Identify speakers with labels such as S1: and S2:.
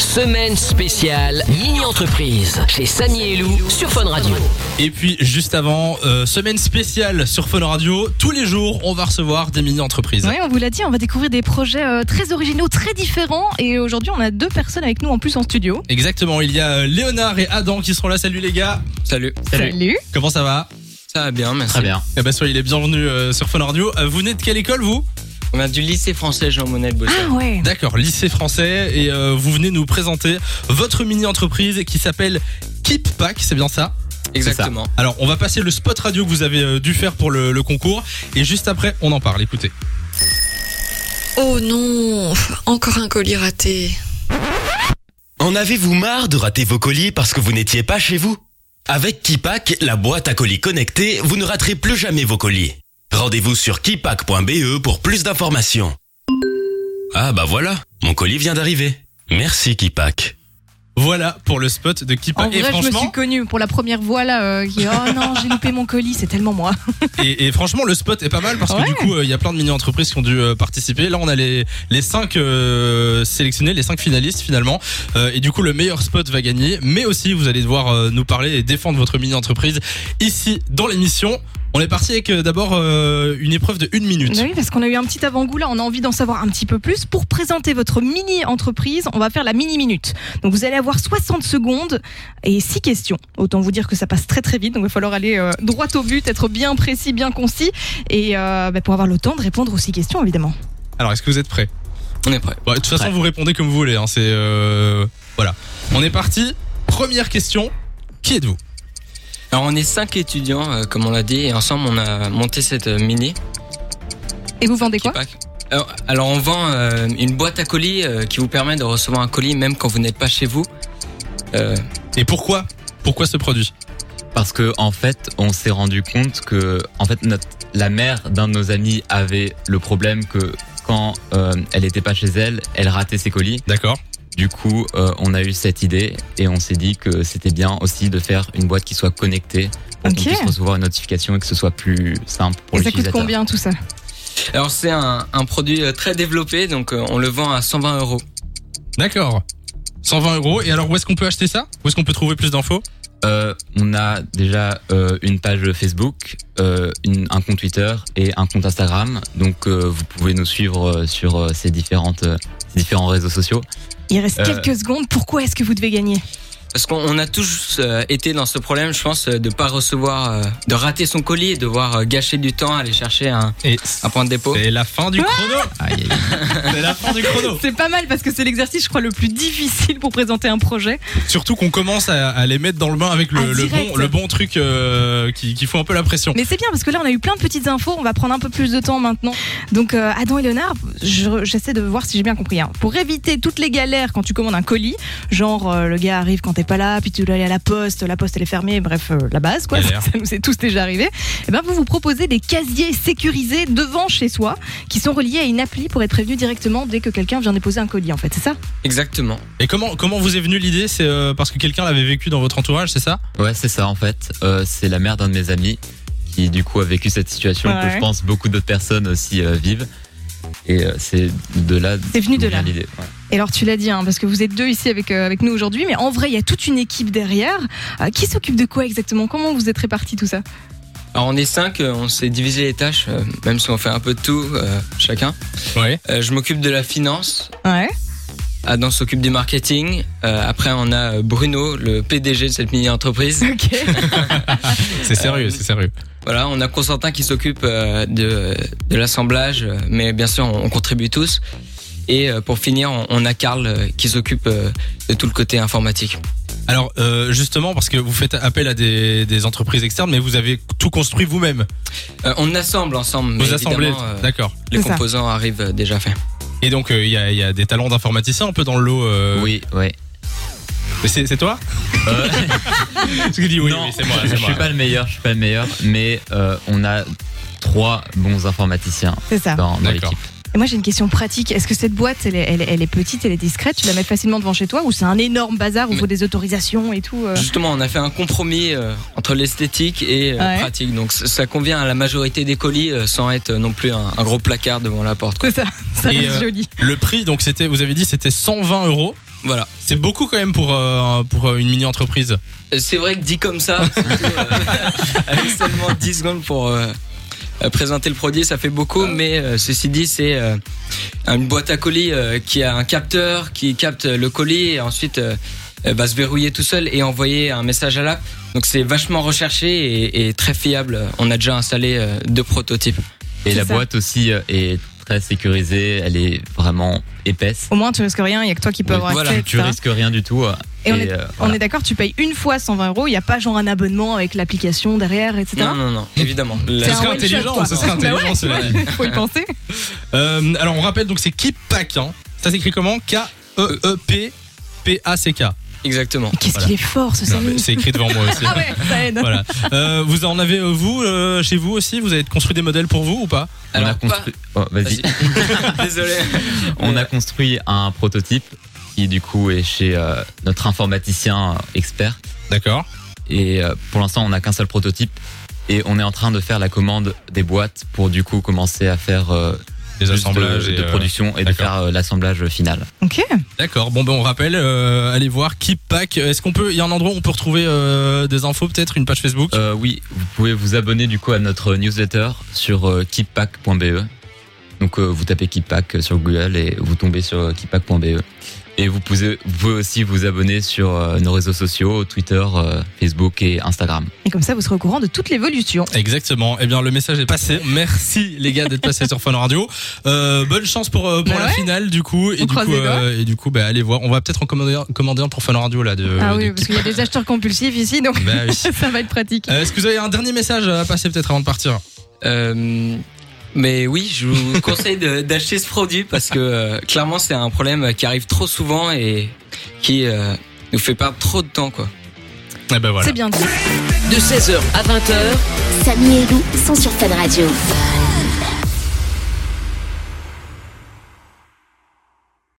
S1: semaine spéciale Mini Entreprise chez Samy et Lou sur Fun Radio.
S2: Et puis juste avant, euh, semaine spéciale sur Fun Radio, tous les jours on va recevoir des mini-entreprises.
S3: Oui, on vous l'a dit, on va découvrir des projets euh, très originaux, très différents. Et aujourd'hui, on a deux personnes avec nous en plus en studio.
S2: Exactement, il y a euh, Léonard et Adam qui seront là. Salut les gars
S4: Salut.
S2: Comment ça va
S4: Ça va bien, merci.
S5: Très bien.
S2: Eh ben soyez les bienvenus euh, sur Fun Radio. Euh, vous venez de quelle école vous
S4: On a du lycée français Jean Monnet de Beauchamp.
S3: Ah ouais.
S2: D'accord, lycée français et euh, vous venez nous présenter votre mini-entreprise qui s'appelle Keep Pack, c'est bien ça
S4: Exactement.
S2: Alors on va passer le spot radio que vous avez euh, dû faire pour le, le concours et juste après on en parle, écoutez.
S6: Oh non, encore un colis raté.
S7: En avez-vous marre de rater vos colis parce que vous n'étiez pas chez vous Avec Kipak, la boîte à colis connectée, vous ne raterez plus jamais vos colis. Rendez-vous sur kipak.be E pour plus d'informations. Ah bah voilà, mon colis vient d'arriver. Merci Kipak.
S2: Voilà pour le spot de Keep
S3: En
S2: Pack. Bah, et
S3: vrai, je me
S2: franchement,
S3: suis connue pour la première voix là. euh, qui, oh non, j'ai loupé mon colis, c'est tellement moi.
S2: Et, et franchement, le spot est pas mal parce que du coup, euh, il y a plein de mini-entreprises qui ont dû euh, participer. Là, on a les, les cinq euh, sélectionnés, les cinq finalistes finalement. Euh, et du coup, le meilleur spot va gagner. Mais aussi, vous allez devoir euh, nous parler et défendre votre mini-entreprise ici dans l'émission. On est parti avec euh, d'abord euh, une épreuve de une minute.
S3: Bah oui, parce qu'on a eu un petit avant-goût là, on a envie d'en savoir un petit peu plus. Pour présenter votre mini-entreprise, on va faire la mini-minute. Donc vous allez avoir 60 secondes et 6 questions. Autant vous dire que ça passe très très vite, donc il va falloir aller euh, droit au but, être bien précis, bien concis, et euh, bah, pour avoir le temps de répondre aux 6 questions évidemment.
S2: Alors, est-ce que vous êtes prêts
S4: On est prêt.
S2: Bon, De toute façon,
S5: Prêt.
S2: vous répondez comme vous voulez. Hein, C'est euh, voilà. On est parti. Première question. Qui êtes-vous
S4: Alors on est cinq étudiants, euh, comme on l'a dit, et ensemble on a monté cette euh, mini
S3: Et vous vendez quoi
S4: pack. Alors, alors, on vend euh, une boîte à colis euh, qui vous permet de recevoir un colis même quand vous n'êtes pas chez vous. Euh,
S2: Et pourquoi Pourquoi ce produit
S5: Parce que en fait, on s'est rendu compte que en fait notre la mère d'un de nos amis avait le problème que quand euh, elle n'était pas chez elle, elle ratait ses colis.
S2: D'accord.
S5: Du coup, euh, on a eu cette idée et on s'est dit que c'était bien aussi de faire une boîte qui soit connectée pour
S3: Ok.
S5: qu'on puisse recevoir une notification et que ce soit plus simple
S3: Et
S5: pour
S3: ça coûte
S5: l'utilisateur.
S3: combien tout ça
S4: alors c'est un, un produit euh, très développé, donc euh, on le vend à 120 euros.
S2: D'accord. 120 euros. Et alors, où est-ce qu'on peut acheter ça Où est-ce qu'on peut trouver plus d'infos
S5: Euh, on a déjà euh, une page Facebook, euh, une- un compte Twitter et un compte Instagram. Donc euh, vous pouvez nous suivre euh, sur euh, ces différentes euh, ces différents réseaux sociaux.
S3: Il reste
S5: Euh,
S3: quelques secondes, pourquoi est-ce que vous devez gagner
S4: Parce qu'on on a tous euh, été dans ce problème, je pense, euh, de pas recevoir, euh, de rater son colis et devoir euh, gâcher du temps à aller chercher un,
S2: Et
S4: un point de dépôt.
S2: Ah, c'est la fin du chrono.
S5: Aïe, aïe, aïe.
S2: C'est la fin du chrono.
S3: oh. C'est pas mal parce que c'est l'exercice je crois le plus difficile pour présenter un projet.
S2: Surtout qu'on commence à, à les mettre dans le bain avec le,
S3: Ah,
S2: le
S3: direct.
S2: bon, le bon truc euh, qui, qui fout un peu la pression.
S3: Mais c'est bien parce que là on a eu plein de petites infos, on va prendre un peu plus de temps maintenant. Donc euh, Adam et Léonard, je- j'essaie de voir si j'ai bien compris. hein. Pour éviter toutes les galères quand tu commandes un colis, genre euh, le gars arrive quand t'es pas là, puis tu dois aller à la poste, la poste elle est fermée, bref euh, la base quoi, ça,
S2: Galère.
S3: nous est tous déjà arrivé. Et ben vous vous proposez des casiers sécurisés devant chez soi qui sont reliés à une appli pour être prévenu directement dès que quelqu'un vient déposer un colis en fait, c'est ça
S4: Exactement.
S2: Et comment, comment vous est venue l'idée C'est euh, parce que quelqu'un l'avait vécu dans votre entourage, c'est ça
S5: Ouais, c'est ça en fait. Euh, c'est la mère d'un de mes amis qui du coup a vécu cette situation que
S3: Ouais.
S5: je pense beaucoup d'autres personnes aussi euh, vivent. Et euh, c'est de là.
S3: C'est venu
S5: d'où
S3: de
S5: vient
S3: là.
S5: l'idée. Ouais.
S3: Et alors tu l'as dit, hein, parce que vous êtes deux ici avec, euh, avec nous aujourd'hui, mais en vrai il y a toute une équipe derrière. Euh, qui s'occupe de quoi exactement Comment vous êtes répartis tout ça
S4: Alors on est cinq, euh, on s'est divisé les tâches, euh, même si on fait un peu de tout euh, chacun.
S2: Ouais.
S4: Euh, je m'occupe de la finance,
S3: Ouais.
S4: Adam s'occupe du marketing, euh, après on a euh, Bruno, le PDG de cette mini-entreprise.
S3: Ok.
S2: C'est sérieux,
S4: Euh,
S2: c'est sérieux.
S4: Voilà, on a Constantin qui s'occupe euh, de, de l'assemblage, euh, mais bien sûr on, on contribue tous. Et euh, pour finir, on, on a Karl euh, qui s'occupe euh, de tout le côté informatique.
S2: Alors euh, justement, parce que vous faites appel à des, des entreprises externes, mais vous avez tout construit vous-même.
S4: Euh, on assemble ensemble, mais
S2: Vous assemblez.
S4: évidemment, euh,
S2: D'accord.
S4: les
S3: C'est ça.
S4: composants arrivent euh, déjà faits.
S2: Et donc, euh, il y, a, il y a des talents d'informaticiens un peu dans le lot. euh,
S5: Oui, ouais.
S2: Mais c'est c'est toi
S5: Euh,
S2: Parce que dit oui,
S5: non,
S2: oui, c'est moi.
S5: je,
S2: c'est
S5: suis
S2: moi.
S5: pas le meilleur, je suis pas le meilleur, mais euh, on a trois bons informaticiens
S3: C'est ça.
S5: dans, dans
S2: D'accord.
S5: l'équipe.
S3: Et moi j'ai une question pratique. Est-ce que cette boîte, elle est, elle, est- elle est petite, elle est discrète Tu la mets facilement devant chez toi ou c'est un énorme bazar où il faut des autorisations et tout euh
S4: Justement, on a fait un compromis euh, entre l'esthétique et euh,
S3: Ouais.
S4: pratique. Donc c- ça convient à la majorité des colis euh, sans être euh, non plus un, un gros placard devant la porte. quoi.
S3: C'est ça, ça
S2: Et,
S3: reste
S2: euh,
S3: joli.
S2: Le prix, donc c'était, vous avez dit, c'était 120 euros.
S4: Voilà.
S2: C'est beaucoup quand même pour, euh, pour euh, une mini-entreprise.
S4: Euh, C'est vrai que dit comme ça, euh, avec seulement 10 secondes pour euh, euh, présenter le produit, ça fait beaucoup. Mais euh, ceci dit, c'est euh, une boîte à colis euh, qui a un capteur qui capte le colis et ensuite euh, euh, va se verrouiller tout seul et envoyer un message à l'app. Donc c'est vachement recherché et, et très fiable. On a déjà installé euh, deux prototypes.
S5: Et
S3: C'est
S5: la
S3: ça.
S5: boîte aussi euh, est très sécurisée, elle est vraiment épaisse.
S3: Au moins, tu risques rien, il y a que toi qui peux
S5: Oui,
S3: avoir
S4: voilà,
S3: accès.
S5: Tu
S3: etc.
S5: risques rien du tout. euh,
S3: Et on est-
S5: euh,
S3: On
S5: voilà.
S3: est d'accord, tu payes une fois 120 euros, il n'y a pas genre un abonnement avec l'application derrière, etc.
S4: Non, non, non, évidemment. La-
S3: C'est
S2: Ce serait
S3: un one-shot,
S2: intelligent,
S3: quoi.
S2: ce serait
S3: Bah ouais,
S2: intelligent. cela.
S3: Faut y penser.
S2: Euh, Alors on rappelle donc c'est Kipak. Hein. Ça s'écrit comment E K-E-E-P. P-A-C-K.
S4: Exactement.
S3: Qu'est-ce qu'il est fort ce
S2: Non, mais
S3: Samy
S2: C'est écrit devant moi aussi.
S3: Ah ouais, ça aide.
S2: Voilà. Euh, vous en avez, euh, vous, euh, chez vous aussi Vous avez construit des modèles pour vous ou pas
S5: On a
S4: Alors, pas-
S5: construit. oh, vas-y.
S4: Vas-y. Désolé.
S5: On a construit un prototype qui du coup est chez euh, notre informaticien euh, expert.
S2: D'accord.
S5: Et euh, pour l'instant, on n'a qu'un seul prototype. Et on est en train de faire la commande des boîtes pour du coup commencer à faire euh,
S2: Des
S5: plus
S2: assemblages.
S5: de,
S2: et,
S5: de
S2: euh,
S5: production et de
S2: d'accord.
S5: faire euh, l'assemblage final.
S3: Ok.
S2: D'accord. Bon, ben on rappelle, euh, allez voir Kipak. Est-ce qu'on peut. Il y a un endroit où on peut retrouver euh, des infos, peut-être Une page Facebook
S5: Euh, oui, vous pouvez vous abonner du coup à notre newsletter sur euh, keeppack.be. Donc euh, vous tapez Keeppack sur Google et vous tombez sur euh, keeppack.be. Et vous pouvez, vous pouvez aussi vous abonner sur euh, nos réseaux sociaux, Twitter, euh, Facebook et Instagram.
S3: Et comme ça, vous serez au courant de toute l'évolution.
S2: Exactement. Eh bien, le message est passé. Merci les gars d'être passés sur Fun Radio. Euh, bonne chance pour euh, pour
S3: Bah
S2: la
S3: ouais.
S2: finale du coup et
S3: On
S2: du
S3: croise
S2: coup
S3: les doigts.
S2: et du coup bah allez voir. On va peut-être en commander, un- commander un pour Fun Radio là de.
S3: ah oui,
S2: Euh, de-
S3: parce qu'il y a des acheteurs compulsifs ici, donc
S2: Bah oui.
S3: ça va être pratique.
S2: Euh, Est-ce que vous avez un dernier message à passer peut-être avant de partir
S4: Euh, mais oui, je vous conseille de- d'acheter ce produit parce que euh, clairement c'est un problème qui arrive trop souvent et qui euh, nous fait perdre trop de temps quoi.
S2: Eh ben voilà.
S3: C'est bien dit.
S1: De 16h à 20h,
S8: Samy et Lou sont sur Fun Radio.